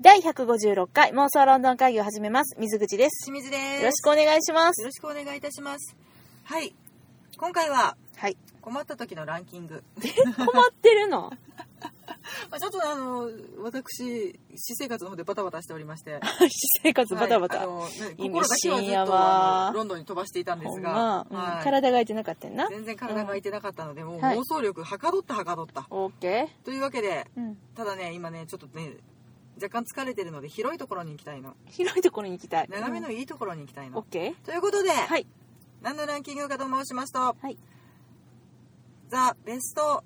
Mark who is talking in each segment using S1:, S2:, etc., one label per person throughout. S1: 第156回妄想ロンドン会議を始めます。水口です。
S2: 清水です。
S1: よろしくお願いします。
S2: よろしくお願いいたします。はい。今回は
S1: はい。
S2: 困った時のランキン グ。
S1: 困ってる の
S2: まあちょっとあの私私生活の方でバタバタしておりまして、
S1: 私生活 バタバ
S2: はいあ
S1: タ。
S2: のね
S1: 意味
S2: 心だけはず
S1: 深
S2: っ
S1: 夜
S2: と
S1: は
S2: あのロンドンに飛ばしていたんで
S1: ほ
S2: す
S1: ん
S2: が、
S1: ま、うん
S2: はい
S1: 体が空いてなかったよな。
S2: 全然体が空いてなかったので、もう
S1: はい
S2: 妄想力はかどったはかどった。
S1: オッケ
S2: というわけで、
S1: ー。うん。
S2: ただね今ねちょっとね若干疲れてるので広いところに行きたいの。
S1: 広いところに行きたい。
S2: 眺めの
S1: いい。
S2: いいところに行きたい
S1: オ
S2: の。
S1: ッケ
S2: ということで、
S1: ー。はい。
S2: 何のランキングかと申しますと、
S1: はい
S2: ザ・ベスト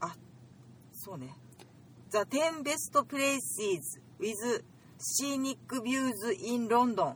S2: あそうねザ・10 best places with scenic views in London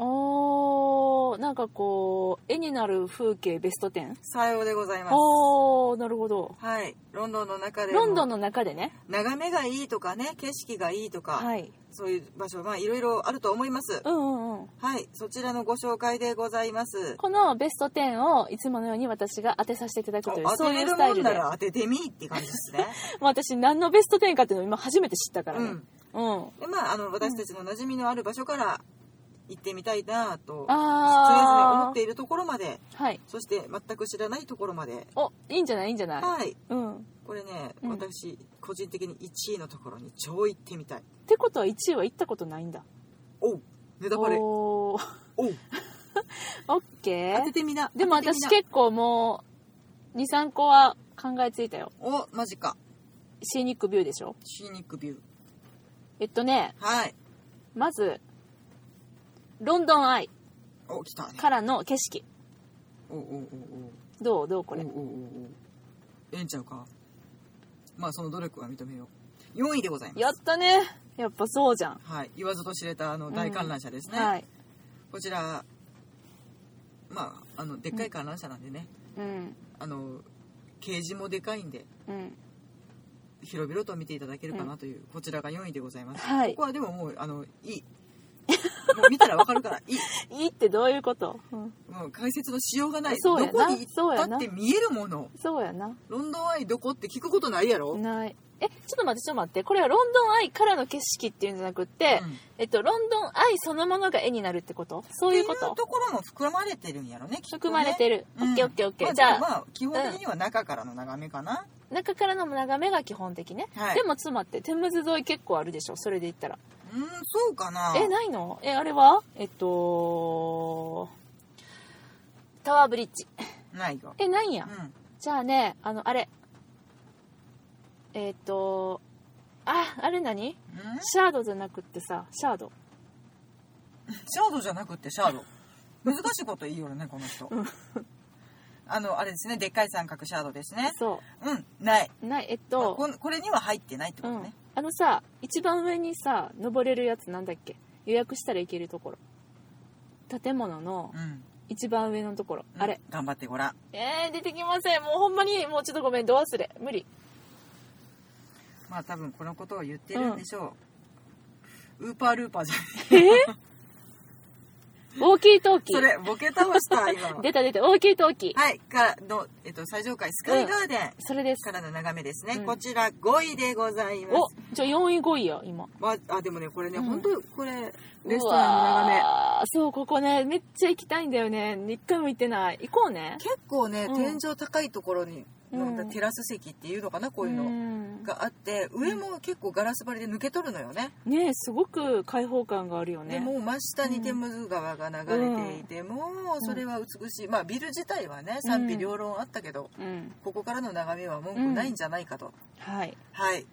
S1: おー、なんかこう、絵になる風景ベスト 10?
S2: さようでございます
S1: おー、なるほど。
S2: はいロンドンの中でも
S1: ロンドンの中でね。
S2: 眺めがいいとかね景色がいいとか、
S1: はい。
S2: そういう場所まあいろいろあると思います
S1: うんうんうん。
S2: はいそちらのご紹介でございます
S1: このベスト10をいつものように私が当てさせていただくという、
S2: あ
S1: そ
S2: 当
S1: う
S2: て
S1: いう
S2: れる
S1: スタ
S2: も
S1: イ
S2: ん
S1: ル
S2: な
S1: で。
S2: ら当ててみーって感じですね
S1: まあ私何のベスト10かっていうのを今初めて知ったから
S2: う
S1: ねう
S2: ん。
S1: ん。
S2: でまあ、あの私たちの馴染みのある場所から行ってみたいなと、常々思
S1: あ
S2: っているところまで
S1: あ。はい。
S2: そして全く知らないところまで
S1: お、いいんじゃないいいんじゃない
S2: はい
S1: うん。っ
S2: これね、
S1: うん
S2: 私個人的に1位のところに超行ってみたい
S1: てことは1位は行ったことないんだ。
S2: おうネタバレおう
S1: おー。 オッケ
S2: 当て
S1: ー。
S2: てみな
S1: でも
S2: 当ててみ
S1: 私
S2: な
S1: 結構もう、2、3個は考えついたよ。
S2: おマジか
S1: シーニックビューでしょ
S2: シーニックビュー
S1: えっとね、
S2: はい
S1: まず、ロンドンアイ
S2: お来たね
S1: からの景色。
S2: おうおうおうおう
S1: どうどうこれ
S2: おう。おうおうおうええんちゃうかまあその努力は認めよう4位でございます
S1: やったね。やっぱそうじゃん。
S2: はい、言わずと知れたあの大観覧車ですね、
S1: はい。
S2: こちら、まあ、あのでっかい観覧車なんでね、
S1: うん。
S2: あのケージもでかいんで
S1: うん。
S2: 広々と見ていただけるかなという、こちらが4位でございます、
S1: はい
S2: ここはでももうあのい いもう見たらわかるからいい
S1: いいってどういうこと、うん、
S2: もう解説のしようがない
S1: そうや
S2: ど
S1: な
S2: こに
S1: そう
S2: 行
S1: や
S2: った
S1: な
S2: って見えるもの
S1: そうやな。
S2: ロンドンアイどこって聞くことないやろ、
S1: ない。え、ちょっと待って、ちょっと待って。これはロンドンアイからの景色っていうんじゃなくって、
S2: うん
S1: えっと、ロンドン愛そのものが絵になるってことそういうこ
S2: っていう
S1: と
S2: ところも含まれてるんやろねきっとね
S1: 含まれてる。オ
S2: うん
S1: ッケーオッケーオッケ
S2: ま
S1: ー。じゃあ、
S2: まあ基本的には中からの眺めかな、
S1: 中からの眺めが基本的ね。
S2: はい
S1: でも、ちょっと待って、テムズ沿い結構あるでしょそれで言ったら。
S2: うんそうかな
S1: え、ないのえ、あれはえっと、タワーブリッジ。
S2: ないよ、
S1: え、ないんや。
S2: うん
S1: じゃあね、あの、あれ。えっと、あ、あれ何
S2: うん
S1: シャードじゃなくってさ、シャード。
S2: シャードじゃなくってシャード難しいこと言いよるねこの人
S1: うん
S2: あのあれですねでっかい三角シャードですね
S1: そ
S2: うんない、
S1: う。ない、えっ
S2: まあ
S1: と、
S2: こんこれには入ってないってこ
S1: う
S2: と
S1: ん
S2: ね、、
S1: あのさ一番上にさ登れるやつなんだっけ予約したらいけるところ建物の
S2: うん
S1: 一番上のところ、
S2: うん
S1: あれ
S2: 頑張ってごらん
S1: えー、出てきませんもうほんまにもうちょっとごめんど忘れ無理
S2: まあ多分このことを言ってるんでしょう、ウーパールーパーじゃない
S1: ウォーキートーキ
S2: そ
S1: ー
S2: れボケ倒した今 の
S1: 出た出たウォーキートーキー
S2: はいからの、えっと、最上階スカイガーデン
S1: それです
S2: からの眺めですね、
S1: うん
S2: こちら5位でございま
S1: お
S2: す
S1: じゃあ4位5位や今
S2: まあ、あでもねこれね、
S1: うん
S2: 本当これレストランの眺め
S1: うわーそうここねめっちゃ行きたいんだよね一回も行ってない行こうね
S2: 結構ね、
S1: うん
S2: 天井高いところに、
S1: うん
S2: テラス席っていうのかなこういう
S1: う
S2: の
S1: ん
S2: があって上も結構ガラス張りで抜け取るのよね
S1: ねえすごく開放感があるよね
S2: でもう真下にテムズ川が流れていて、もうそれは美しいまあビル自体はね賛否両論あったけど、
S1: うん
S2: ここからの眺めは文句ないんじゃないかと、
S1: はい
S2: はい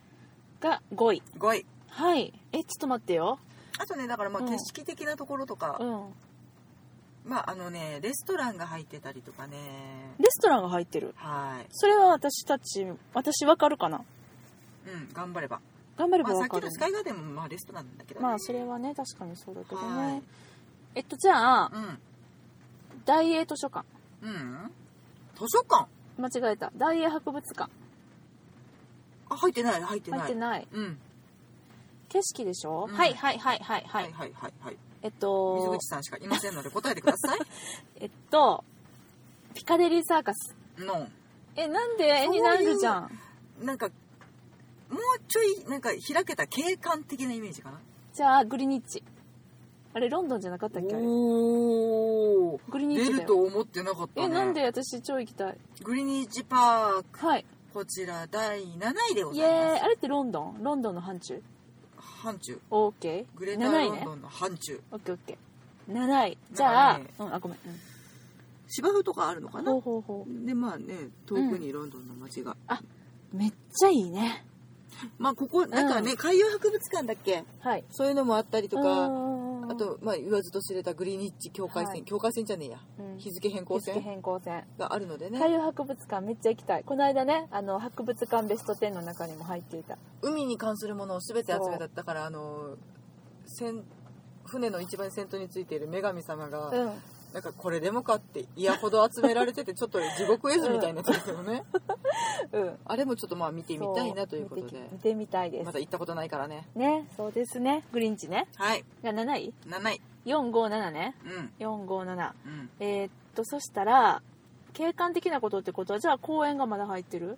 S1: が5位
S2: 5位
S1: はいえちょっと待ってよ
S2: あとねだからまあ
S1: うん
S2: 景色的なところとか、
S1: うん
S2: まああのねレストランが入ってたりとかね
S1: レストランが入ってる
S2: はい
S1: それは私たち私わかるかな
S2: うん頑張れば
S1: 頑張れ
S2: ま
S1: ば
S2: あ、さ
S1: わ
S2: っ
S1: か
S2: き
S1: る
S2: のスカイガーデンもまあレストランなんだけどね、
S1: まあそれはね確かにそうだけど
S2: は
S1: ね
S2: い
S1: えっとじゃあ
S2: うん
S1: 大英図書館
S2: うん図書館
S1: 間違えた大英博物館
S2: あ入ってない入ってない
S1: 入ってない
S2: うん
S1: 景色でしょ、
S2: うん
S1: はいはいはいはいは、
S2: はいいはいはいはい
S1: えっ
S2: 水
S1: と
S2: 口さんしかいませんので答えてください
S1: えっとピ カデリーサーカス
S2: の
S1: えなんで絵になるじゃん
S2: なんかもうちょいなんか開けた景観的なイメージかな
S1: じゃあグリニッチあれロンドンじゃなかったっけあれ
S2: おお
S1: グリニッ
S2: 出
S1: チだ
S2: る
S1: よ
S2: と思ってなかったね
S1: えなんで私超行きたい
S2: グリニッジパーク
S1: はい
S2: こちら第7位でご
S1: イ
S2: ざ
S1: エ
S2: いま
S1: ーイあれってロンドンロンドンの範疇
S2: す範疇
S1: OK7
S2: グレ
S1: 位
S2: ターロン
S1: ね
S2: ドンの範疇
S1: OKOK7 位じゃあ、
S2: なんかね
S1: うんあごめん、うん
S2: 芝生とかあるのか
S1: ほうほうほ
S2: でまあね遠くにロンドンの街が、
S1: うめっちゃいいね
S2: まあここなんかね、海洋博物館だっけ
S1: はい
S2: そういうのもあったりとか
S1: あ
S2: あと、まあ、言わずと知れたグリニッジ境界線、
S1: はい
S2: 境界線じゃねえや
S1: うん
S2: 日付変更
S1: 日付
S2: 線
S1: 変更線
S2: があるのでね
S1: 海洋博物館めっちゃ行きたいこの間ねあの博物館ベスト10の中にも入っていた
S2: 海に関するものを全て集めただからあの船船の一番先頭についている女神様が、
S1: うん
S2: なんかこれでもかって嫌ほど集められててちょっと地獄絵図みたいなやつです よね、
S1: うん
S2: あれもちょっとまあ見てみたいなということ
S1: そ
S2: で
S1: 見てき見てみたいです
S2: まだ行ったことないからね
S1: ねそうですねグリンチね
S2: はい
S1: が7位
S2: 7位
S1: ?457 ね
S2: うん
S1: 457
S2: うん
S1: えーっとそしたら景観的なことってことはじゃあ公園がまだ入ってる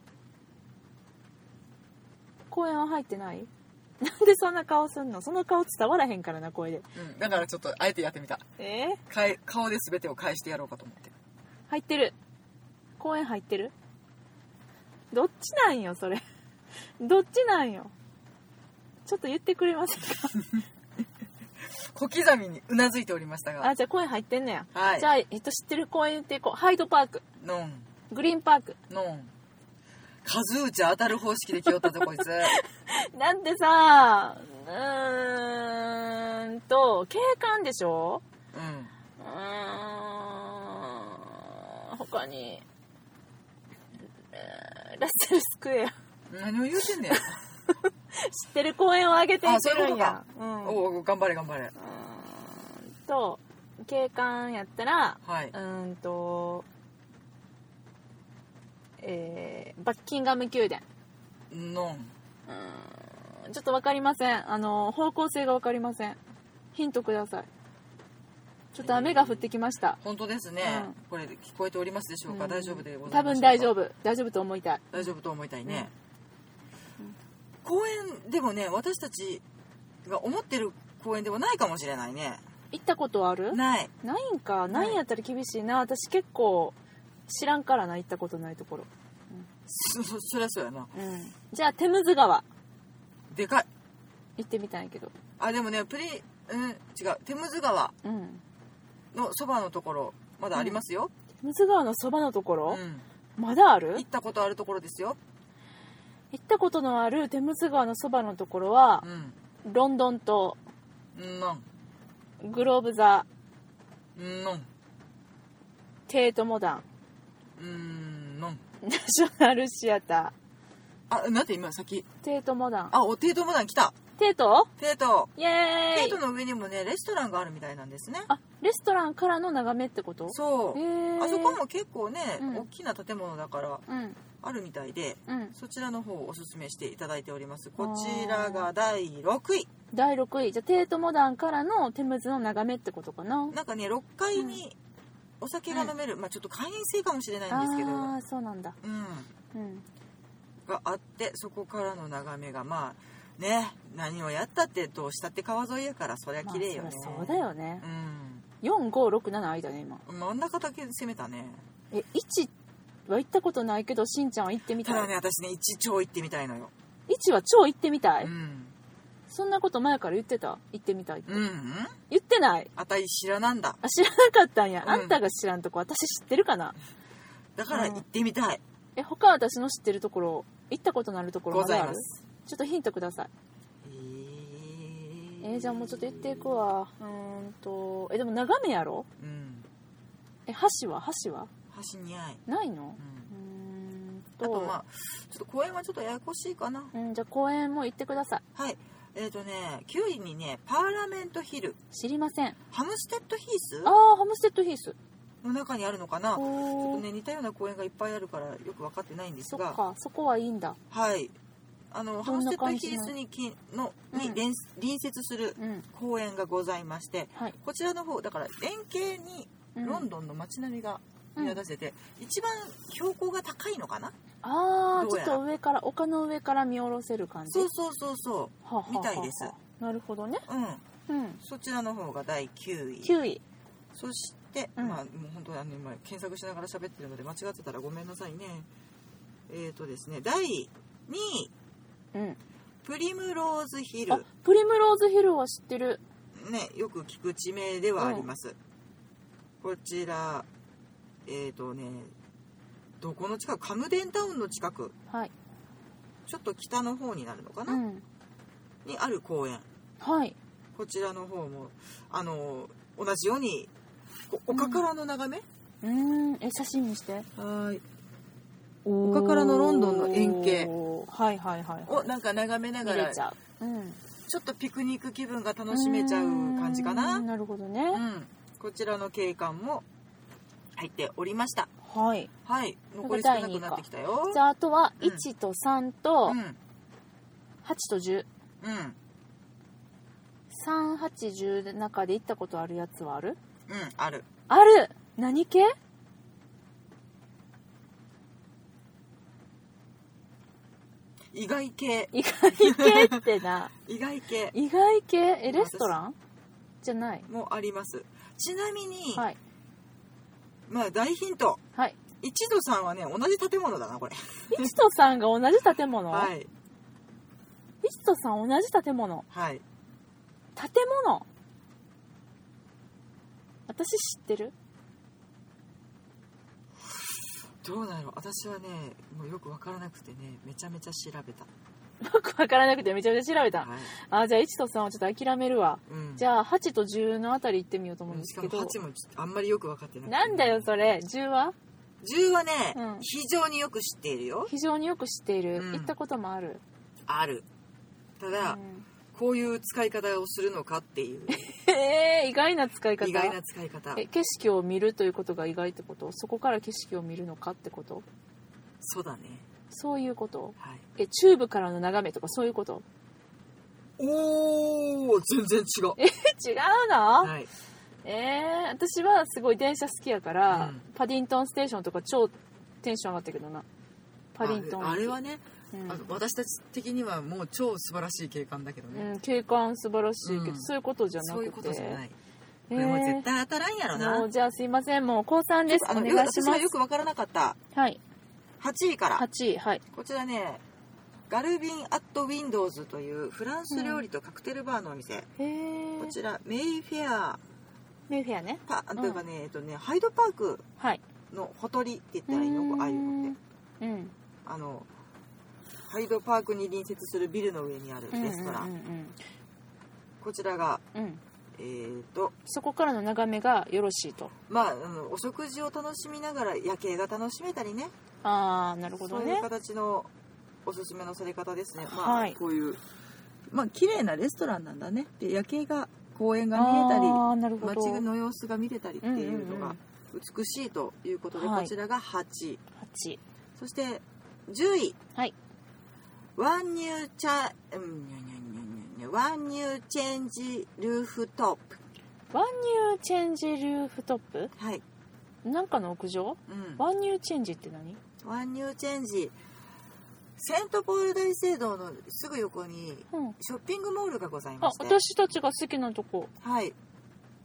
S1: 公園は入ってない なんでそんな顔すんのその顔伝わらへんからな声で
S2: うん、だからちょっとあえてやってみた
S1: えー、
S2: かえ顔で全てを返してやろうかと思って
S1: 入ってる公園入ってるどっちなんよそれ どっちなんよちょっと言ってくれませんか
S2: 小刻みにうなずいておりましたが
S1: あじゃあ公園入ってんのや、
S2: はい
S1: じゃあ、えっと、知ってる公園ってこうハイドパーク
S2: ノン
S1: グリーンパーク
S2: ノン数打ち当たる方式で来よったぞこ いつ
S1: なんでさうーんと景観でしょ
S2: うん
S1: うーん他にえーラッセルスクエア
S2: 何を言うてんねん、
S1: 知ってる公園を挙げてい
S2: あ
S1: って
S2: そういう
S1: る
S2: こ
S1: ん
S2: とか
S1: やうん
S2: おうおう頑張れ頑張れ
S1: うーんと景観やったら
S2: はいう
S1: ーんとえーバッキンガム宮殿
S2: ノン
S1: うーんちょっと分かりませんあの方向性が分かりませんヒントくださいちょっと雨が降ってきました、
S2: 本当ですね、
S1: うん
S2: これ聞こえておりますでしょうか、
S1: うん
S2: 大丈夫でござ
S1: 多
S2: いま
S1: 分
S2: す
S1: 大丈夫大丈夫と思いたい
S2: 大丈夫と思いたいね、
S1: うんうん
S2: 公園でもね私たちが思ってる公園ではないかもしれないね
S1: 行ったことある
S2: ない
S1: ないんかないんやったら厳しいな私結構知らんからな行ったことないところ、
S2: そそそりゃそうやな
S1: うん、じゃあテムズ川
S2: でかい
S1: 行ってみたいんやけど
S2: あでもねプリうん違うテムズ川
S1: うん
S2: のそばのところまだありますよ、
S1: ムズ川のそばのとこ
S2: うん
S1: ろ、まだある
S2: 行ったことあるところですよ、
S1: 行ったことのあるテムズ川のそばのところは
S2: うん、
S1: ロンドンと
S2: ノ
S1: グローブ座
S2: ンノン
S1: テートモダン
S2: うんノン
S1: ナショナルシアタ
S2: あなんて今先
S1: ーテートモダン
S2: あおテートモダン来た
S1: テート
S2: テート
S1: イエ
S2: テ
S1: ー
S2: ー
S1: イ
S2: トの上にもねレストランがあるみたいなんですね
S1: あレストランからの眺めってこと
S2: そう
S1: へー
S2: あそこも結構ね、
S1: うん
S2: 大きな建物だから
S1: うん
S2: あるみたいで
S1: うん
S2: そちらの方をおすすめしていただいておりますこちらが第6位
S1: 第6位じゃあテートモダンからのテムズの眺めってことかな
S2: なんかね6階にお酒が飲める、まあちょっと会員制かもしれないんですけど
S1: ああそうなんだ
S2: うん
S1: うん
S2: があってそこからの眺めがまあね何をやったってどうしたって川沿いやからそりゃ綺麗よ
S1: ま
S2: ね、
S1: あそりゃそうだよね
S2: うん
S1: 4567空いたね今
S2: 真ん中だけ攻めたね
S1: え1は行ったことないけどしんちゃんは行ってみ
S2: た
S1: た
S2: だ
S1: い、
S2: ね私ね一丁行ってみたいのよ、
S1: 1は超行ってみたい、
S2: うん
S1: そんなこと前から言ってた行ってみたいって
S2: うんうん
S1: 言ってない
S2: あたい知らなんだ
S1: あ知らなかったんや、
S2: うん
S1: あんたが知らんとこ私知ってるかな
S2: だから行ってみたい、
S1: え他私の知ってるところ行ったことのあるところ
S2: ご
S1: ま
S2: ざ
S1: だ
S2: い
S1: あ
S2: ま
S1: る
S2: す
S1: ちょっとヒントくださいえーじゃあもうちょっと言っていくわうーんとえでも眺めやろ
S2: うん
S1: え橋は橋は
S2: 橋に合い、
S1: ないの
S2: うん
S1: うーん
S2: あと
S1: と
S2: まあちょっと公園はちょっとややこしいかな
S1: うん、じゃあ公園も行ってください
S2: はいえっ、とね9位にねパーラメントヒル
S1: 知りません
S2: ハムステッドヒース
S1: ああハムステッドヒース
S2: の中にあるのかなちょっ
S1: お
S2: と
S1: ー
S2: ね似たような公園がいっぱいあるからよく分かってないんです
S1: そっ
S2: が
S1: かそこはいいんだ
S2: はいあのハ
S1: どん
S2: ムス
S1: な
S2: テッド
S1: 感
S2: ヒ
S1: じ
S2: ー
S1: の
S2: スにきの
S1: う
S2: に
S1: ん
S2: 連隣接する
S1: うん
S2: 公園がございまして
S1: はい、
S2: こちらの方だから円形に
S1: うん
S2: ロンドンの街並みが見渡せて、一番標高が高いのかな、
S1: ああち
S2: どう
S1: ょっ
S2: や
S1: と上から丘の上から見下ろせる感じ
S2: そうそうそうそ
S1: はあはあはあ
S2: みたいです
S1: なるほどね
S2: ううん
S1: うん
S2: そちらの方が第9位
S1: 9位
S2: そして、
S1: うん
S2: まあもう本当にあの今検索しながら喋ってるので間違ってたらごめんなさいねえっ、ー、とですね第2位
S1: うん
S2: プリムローズヒル
S1: あプリムローズヒルは知ってる
S2: ねよく聞く地名ではあります、こちらえっ、ー、とねどこの近くカムデンタウンの近く
S1: はい
S2: ちょっと北の方になるのか
S1: う
S2: な、
S1: ん
S2: にある公園
S1: はい
S2: こちらの方もあの同じようにこ丘からの眺め、
S1: うーんえ写真にして
S2: はい
S1: 丘
S2: からのロンドンの円形
S1: はいはいはい
S2: をなんか眺めな
S1: 見
S2: が
S1: れ
S2: ら
S1: ち
S2: ちょ
S1: ゃう、うん、
S2: っとピクニック気分が楽しめちゃう感じか
S1: う
S2: な
S1: ーん
S2: うん
S1: なるほどね、
S2: こちらの景観も入っておりました
S1: はい
S2: はい残り
S1: こ
S2: 少
S1: れ
S2: なくなってきたよ
S1: じゃああとは
S2: うん
S1: 1と3と
S2: うん
S1: 8と103810
S2: うん
S1: の中で行ったことあるやつはある
S2: うんある
S1: ある何系
S2: 意外系
S1: 意外系って な
S2: 意外系
S1: 意外系え
S2: まあ
S1: レストランじゃない
S2: もありますちなみに、
S1: はい
S2: まあ大ヒント
S1: はい
S2: 一度さんはね同じ建物だなこれ
S1: 一とさんが同じ建物、
S2: はい
S1: 一とさん同じ建物
S2: はい
S1: 建物私知ってる
S2: どうなの私はねもうよく分からなくてねめちゃめちゃ調べた
S1: よくわからなくてめちゃめちゃ調べた
S2: はい、
S1: あじゃあ1と3はちょっと諦めるわ
S2: うん
S1: じゃあ8と10のあたり行ってみようと思うん
S2: うん
S1: で
S2: し
S1: す
S2: か
S1: け
S2: も
S1: ど
S2: 8もちょっとあんまりよく分かってない
S1: なんだよそれ10は
S2: 10はね、
S1: うん
S2: 非常によく知っているよ
S1: 非常によく知っている、
S2: うん
S1: 行ったこともある、
S2: あるただ、
S1: う
S2: こういう使い方をするのかっていう
S1: んえー、意外な使い方
S2: 意外な使い方
S1: え景色を見るということが意外ってことそこから景色を見るのかってこと
S2: そうだね
S1: そういうこと
S2: はい
S1: えチューブからの眺めとかそういうこと
S2: おお全然違う
S1: え違うの、
S2: はい
S1: えー、私はすごい電車好きやから、
S2: うん
S1: パディントンステーションとか超テンション上がったけどなパディントン
S2: あれあれはね、
S1: うん
S2: あの私たち的にはもう超素晴らしい景観だけどね、
S1: うん、景観素晴らしいけど、
S2: うん
S1: そういうことじゃなくて
S2: そういうことじゃない、
S1: え
S2: これもう
S1: ー
S2: 絶対当たらんやろ
S1: も
S2: な
S1: うじゃあすいませんもう高3です
S2: あ
S1: お願
S2: の
S1: い
S2: よ
S1: し
S2: く
S1: ます
S2: 私がよく分からなかった
S1: はい
S2: 8位から
S1: 8位はい
S2: こちらねガルビン・アット・ウィンドウズというフランス料理とカクテルバーのお店、
S1: へえ
S2: こちらメイフェア
S1: メイフェアね
S2: パ
S1: ん
S2: というかね、えっとねハイドパーク
S1: はい
S2: のほとりって言ったらいいのああいうのって
S1: うんうん
S2: あのハイドパークに隣接するビルの上にある
S1: うん
S2: レストラン、
S1: うん
S2: こちらが
S1: うんうん
S2: えっ、ー、と
S1: そこからの眺めがよろしいと
S2: まああのお食事を楽しみながら夜景が楽しめたりね
S1: ああなるほど
S2: そうい
S1: ね
S2: う形のおすすめのされ方ですね、まあ
S1: はい
S2: こういうまあ綺麗なレストランなんだねで夜景が公園が見えたり
S1: ああなるほど
S2: 街
S1: 8
S2: の様子が見れたりっていうの
S1: うんうんう
S2: が
S1: ん
S2: 美しいということで、
S1: はい
S2: こちらが8位そして10位
S1: はい
S2: ワンニューチャうんにゃにゃにゃにゃにゃワンニューチェンジルーフトッ
S1: ワンニューチェンジルーフトップ
S2: プはい、
S1: なんかの屋上
S2: うん、
S1: ワンニューチェンジって何
S2: ワンニューチェンジセントポール大聖堂のすぐ横に
S1: うん
S2: ショッピングモールがござい
S1: あ
S2: まして
S1: 私たちが好きなとこ
S2: はい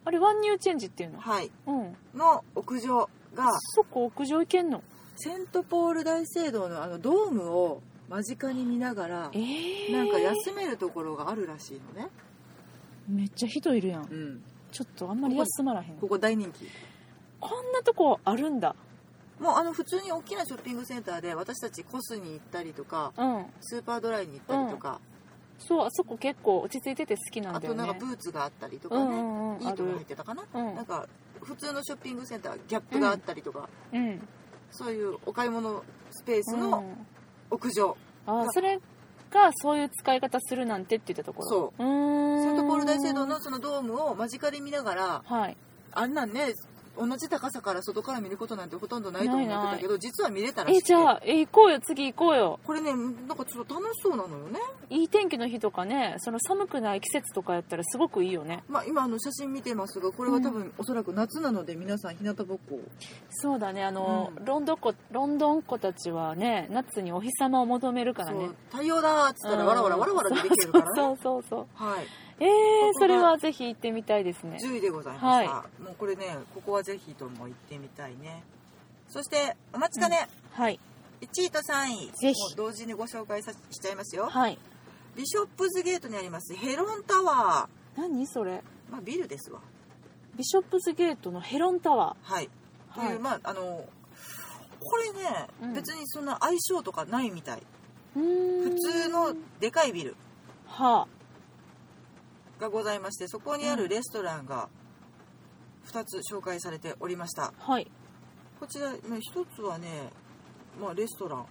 S1: あれワンニューチェンジっていうの
S2: はい
S1: うん
S2: の屋上が
S1: そこ屋上行けんの
S2: セントポール大聖堂のあのドームを間近に見ながら
S1: えー
S2: なんか休めるところがあるらしいのね、
S1: めっちゃ人いるやん
S2: うん、
S1: ちょっとあんまり休まらへん
S2: ここ大人気
S1: こんなとこあるんだ
S2: もうあの普通に大きなショッピングセンターで私たちコスに行ったりとか
S1: うん
S2: スーパードライに行ったりとか、
S1: そうあそこ結構落ち着いてて好きなん
S2: あ
S1: だよ
S2: と
S1: ね
S2: なんかブーツがあったりと
S1: う
S2: か
S1: ん
S2: ね、
S1: うんうん
S2: い
S1: あ
S2: いとこ入っ
S1: る
S2: てたかな、
S1: うん
S2: なんか普通のショッピングセンターはギャップがあったりとか、
S1: うん
S2: そういうお買い物スペース
S1: う
S2: の
S1: ん
S2: 屋上、
S1: あそれがそういう使い方するなんてって言ってたところ
S2: そう
S1: うーん
S2: セントポール大聖堂のそのドームを間近で見ながら
S1: はい
S2: あんなんね同じ高さから外から見ることなんてほとんどないと思
S1: ない
S2: って
S1: な
S2: た
S1: い
S2: けど実は見れたら
S1: え
S2: しくて
S1: じゃあえ行こうよ次行こうよ
S2: これねなんかちょっと楽しそうなのよね
S1: いい天気の日とかねその寒くない季節とかやったらすごくいいよね
S2: まあ今あの写真見てますがこれは多分おそらく夏なので皆さん日向ぼっこを
S1: そうだねあの、
S2: うん
S1: ロンドン子ロンドン子たちはね夏にお日様を求めるから
S2: そ
S1: ね
S2: う太陽だーっつったら
S1: うん
S2: わらわらわらわら出てきてるからね
S1: そうそうそう
S2: はい
S1: えー、
S2: こが
S1: それはぜひ行ってみたいですね
S2: 10位でございました、
S1: は
S2: もうこれねここはぜひとも行ってみたいねそしてお待ちかね、
S1: はい
S2: 1位と3位
S1: ぜひ
S2: もう同時にご紹介さしちゃいますよ
S1: はい
S2: ビショップズゲートにありますヘロンタワ
S1: 何それ
S2: ー、まあ、ビルですわ
S1: ビショップズゲートのヘロンタワ
S2: はい
S1: ー
S2: という、
S1: はい
S2: まああのこれね、
S1: うん
S2: 別にそんな相性とかないみたいう
S1: ーん
S2: 普通のでかいビル
S1: は
S2: がございましてそこにあるレストランが2つ紹介されておりました
S1: あはい
S2: こちらまあ一つはね、まあ、レストラン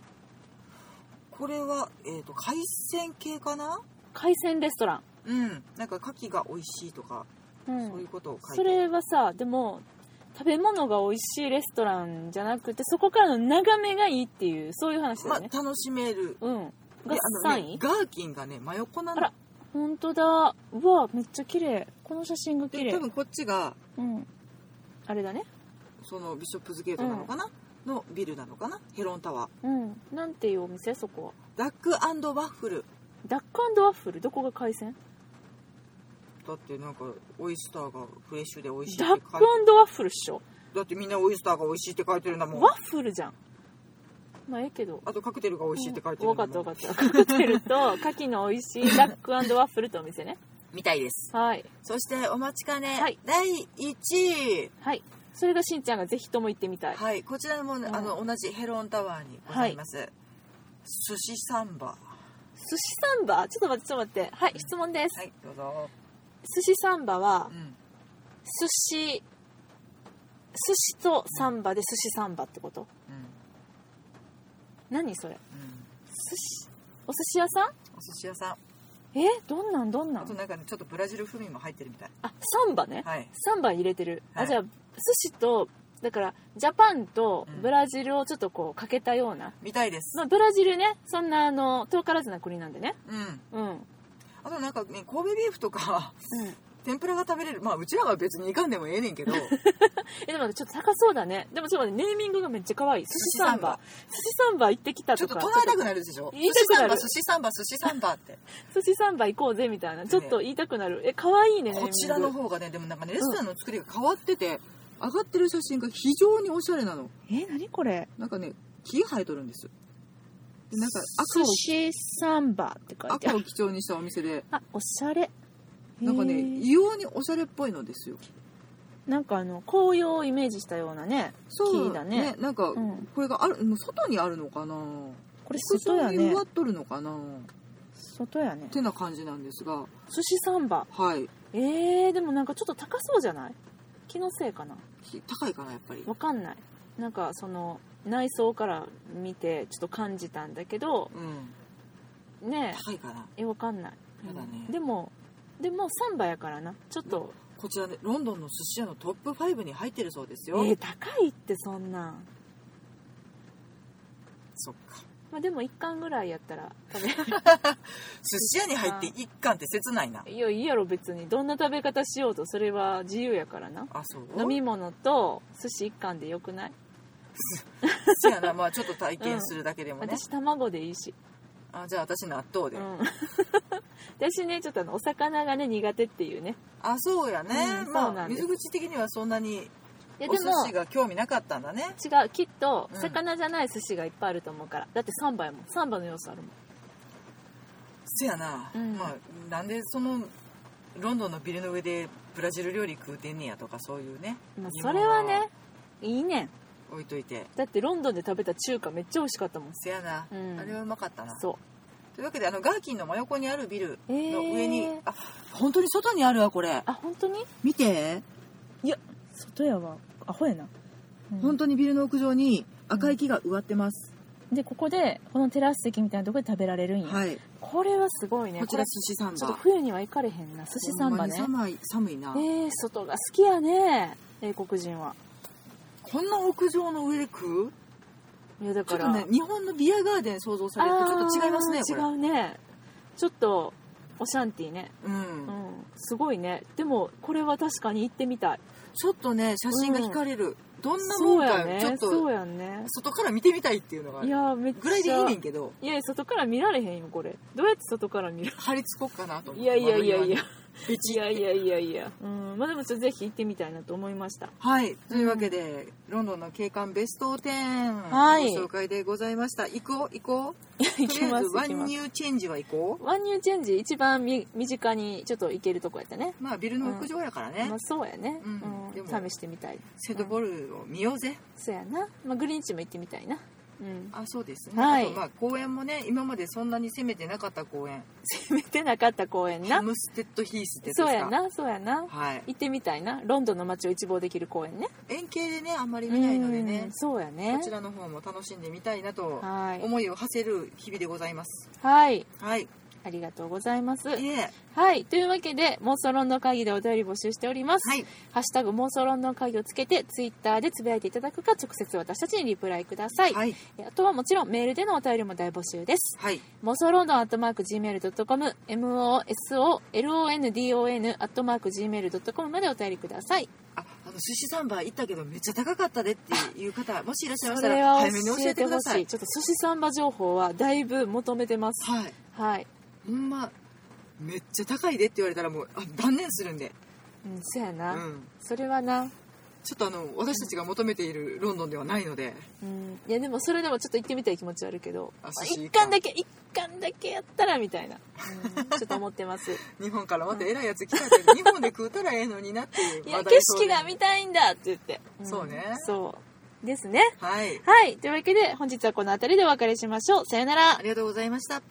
S2: これは、えー、と海鮮系かな
S1: 海鮮レストラン
S2: うんなんか牡蠣が美味しいとか、
S1: う
S2: そういうんことを書
S1: そ
S2: いて
S1: れはさでも食べ物が美味しいレストランじゃなくてそこからの眺めがいいっていうそういう話だ
S2: まあ
S1: よね、
S2: 楽しめる
S1: うんが
S2: であの
S1: 3
S2: ね
S1: 位
S2: ガーキンがね真横な
S1: あら
S2: の
S1: 本当だうわめっちゃ綺麗この写真が綺
S2: で多
S1: 麗
S2: 分こっちが
S1: うんあれだね
S2: そのビショップズゲートなのかな、のビルなのかなヘロンタワー
S1: うんなんていうお店そこは
S2: ダックワッフル
S1: ダックワッフルどこが海鮮
S2: だってなんかオイスターがフレッシュで美味しいって
S1: ダ
S2: 書
S1: ッ
S2: いて
S1: クワッフルっしょ
S2: だってみんなオイスターが美味しいって書いてるんだもん
S1: ワッフルじゃんまあええけど
S2: あとカクテルが美味しいって書いてる
S1: うん
S2: んだも
S1: 分
S2: ん
S1: かった分かったカクテルと牡蠣の美味し いダックワッフルとお店ね
S2: みたいです
S1: はい
S2: そしてお待ちかね、
S1: はい
S2: 第1位、
S1: はいそれがしんちゃんがぜひとも行ってみたい
S2: はい、こちらも、
S1: ん
S2: あの同じヘロンタワーにございます、寿司サンバ
S1: 寿司サンバちょっと待ってちょっと待ってはい質問です、
S2: はいどうぞ、
S1: 寿司サンバは
S2: うん、
S1: 寿司寿司とサンバで寿司サンバってこと
S2: うん
S1: 何それ
S2: うん、
S1: 寿司お寿司屋さん
S2: お寿司屋さん
S1: えどんなんどんな
S2: あと
S1: ん
S2: なんかねちょっとブラジル風味も入ってるみたい
S1: あサンバね、
S2: はい
S1: サンバ入れてる、
S2: はい
S1: あじゃあ寿司とだからジャパンと
S2: うん
S1: ブラジルをちょっとこうかけたような、
S2: みたいです
S1: まあ、ブラジルねそんなあの遠からずな国なんでね
S2: うん
S1: うん、うん、
S2: あとなんかね神戸ビーフとか 天ぷらが食べれるまあうちらは別にいかんでもええね んけど
S1: えでもちょっと高そうだねでもちょっと待ってネーミングがめっちゃ可愛い寿司サンバ寿司サンバ行ってきた
S2: ちょ
S1: と
S2: っと
S1: か
S2: 唱えたくなるでしょ寿
S1: 言い
S2: 司
S1: たく
S2: サ
S1: な
S2: ンバ
S1: る
S2: 寿司サンバ寿司サンバって
S1: 寿司サンバ行こうぜみたいなちょっと言いたくなるえ可愛いねネーミン
S2: こ
S1: グ
S2: ちらの方がねでもなんかねレストランの作りが変わってて、上がってる写真が非常におしゃれなの
S1: え何これ
S2: なんかね木生えとるんですよでなんか
S1: 寿司サンバって書
S2: 赤を
S1: いてある
S2: 赤を基調にしたお店で
S1: あおしゃれ
S2: なんか
S1: へ
S2: ね
S1: ー
S2: 異様におしゃれっぽいのですよ
S1: なんかあの紅葉をイメージしたようなね木だね
S2: なんか
S1: うん
S2: これがあるもう外にあるのかな
S1: これ
S2: 屋
S1: 外
S2: 上
S1: や
S2: に植
S1: ね
S2: わっとるのかな、
S1: 外やね
S2: てな感じなんですが
S1: 寿司サンバ
S2: はい
S1: えー、でもなんかちょっと高そうじゃない気のせいかな
S2: ひ高いかなやっぱり
S1: わかんないなんかその内装から見てちょっと感じたんだけど
S2: うん
S1: ね
S2: 高いかな
S1: ええわかんない、
S2: やだね
S1: でもでもサンバやからなちょっと
S2: こちらねロンドンの寿司屋のトップ5に入ってるそうです
S1: え
S2: よ、
S1: ー、高いってそんなん
S2: そっか
S1: まあでも1貫ぐらいやったら食べ
S2: 寿司屋に入って一貫って切ないな い
S1: やいいやろ別にどんな食べ方しようとそれは自由やからな
S2: あそう
S1: 飲み物と寿司一貫でよくない、
S2: せやなまあちょっと体験するだけでもね、
S1: 私卵でいいし、
S2: あじゃあ私納豆で、
S1: うん私ねちょっとあのお魚がね苦手っていうね
S2: あそうやね、
S1: うんそう
S2: ま
S1: な
S2: あ
S1: んです
S2: 水口的にはそんなに
S1: いや
S2: お
S1: で
S2: 寿
S1: も
S2: 司が興味なかったんだね
S1: 違うきっと
S2: うん
S1: 魚じゃない寿司がいっぱいあると思うから、だってサンバやもんサンバの要素あるもん
S2: せやな、
S1: うん
S2: まあなんでそのロンドンのビルの上でブラジル料理食うてんねやとかそういうね、
S1: まあ
S2: 疑
S1: そ
S2: 問
S1: れはねいいねん
S2: 置いといて
S1: だってロンドンで食べた中華めっちゃ美味しかったもん
S2: せやな、
S1: うん
S2: あれはうまかったな
S1: そ
S2: というわけであのガーキンの真横にあるビル
S1: うえ
S2: の上に、
S1: ー、
S2: あ本当に外にあるわこれ
S1: あ本当に
S2: 見て
S1: 外やわアホやな、
S2: 本当にビルの屋上に赤い木が植わってます、
S1: でここでこのテラス席みたいなところで食べられるんや、
S2: はい
S1: これはすごいね
S2: こちら寿司サンバ
S1: ちょっと冬には行かれへんな寿司サンバね
S2: ほんまに寒い寒いな、
S1: えー、外が好きやね英国人は
S2: こんな屋上の上で食う
S1: いやだ
S2: ちょ
S1: から
S2: っとね日本のビアガーデン想像されるとちょっと違いますね
S1: あー
S2: こ
S1: 違
S2: れ
S1: うねちょっとオシャンティーね
S2: う
S1: うんんすごいねでもこれは確かに行ってみたい
S2: ちょっとね写真が惹かれる、どんなも
S1: そうんや
S2: か、
S1: ね
S2: ちょっ
S1: そ
S2: と
S1: うやね
S2: 外から見てみたいっていうのがあ
S1: い
S2: る
S1: やめっちゃ
S2: ぐらいでいいねんけど
S1: いや外から見られへんよこれどうやって外から見る
S2: 張り付こうかなと思っ
S1: い
S2: て
S1: やいやいや
S2: 窓
S1: い
S2: 際
S1: や
S2: にペチ
S1: いやいやいやいやうんまあでもちょっとぜひ行ってみたいなと思いました
S2: はい というわけで、ロンドンの景観ベスト10、
S1: はい
S2: ご紹介でございました行こう行こう
S1: 行
S2: と
S1: き
S2: りあ
S1: ま
S2: え
S1: す
S2: ずワ
S1: 行き
S2: ン
S1: ます
S2: ニューチェンジは行こ
S1: ワンニューチェンジ一番み身近にちょっと行けるとこやったね
S2: うまあビルの屋上やからね、
S1: まあそうやね、
S2: うんで
S1: う
S2: も
S1: ん、試してみたい
S2: セドボルを見ようぜ、
S1: そうやな、まあ、グリーンチも行ってみたいなうん
S2: あそうですね、
S1: はい
S2: あとまあ公園もね今までそんなに攻めてなかった公園
S1: 攻めてなかった公園
S2: ハ
S1: な
S2: ムステッドヒースってやつで
S1: そ
S2: すか
S1: うやなそうやな
S2: はい
S1: 行ってみたいなロンドンの街を一望できる公園ね
S2: 円形でねあんまり見ないのでね
S1: うんそうやね
S2: こちらの方も楽しんでみたいなと
S1: はい
S2: 思いを馳せる日々でございます
S1: はい
S2: はい
S1: ありがとうございます
S2: いえ
S1: はいというわけで妄想ロンドン会議でお便り募集しております、
S2: はい
S1: ハッシュタグ妄想ロンドン会議をつけてツイッターでつぶやいていただくか直接私たちにリプライください、
S2: はい
S1: えあとはもちろんメールでのお便りも大募集です
S2: はい
S1: 妄想ロンドンアットマーク Gmail.com MOSOLONDON アットマーク Gmail.com までお便りください
S2: ああの寿司サンバー行ったけどめっちゃ高かったでっていう方もしいらっしゃいまし
S1: そ
S2: た
S1: れ
S2: ら
S1: は
S2: 早めに教
S1: 教
S2: え
S1: え
S2: て
S1: て
S2: く
S1: ほ
S2: ださ
S1: しい
S2: い
S1: ちょっと寿司サンバ情報はだいぶ求めてます
S2: はい
S1: はい、
S2: ほんまめっちゃ高いでって言われたらもうあ断念するんで
S1: うん、そや
S2: う
S1: な、
S2: ん
S1: それはな
S2: ちょっとあの私たちが求めているロンドンではないので
S1: うんいやでもそれでもちょっと行ってみたい気持ちはあるけど
S2: あ
S1: まあ
S2: 寿司
S1: 一貫だけ一貫だけやったらみ たいな、うんちょっと思ってます
S2: 日本からまた偉いやつ来たら日本で食うたらええのになっていう
S1: いや
S2: 話
S1: 景
S2: 題そう
S1: 色
S2: で
S1: が見たいんだって言って、ん
S2: そうね
S1: そうですね
S2: はい
S1: はいというわけで本日はこの辺りでお別れしましょうさよなら
S2: ありがとうございました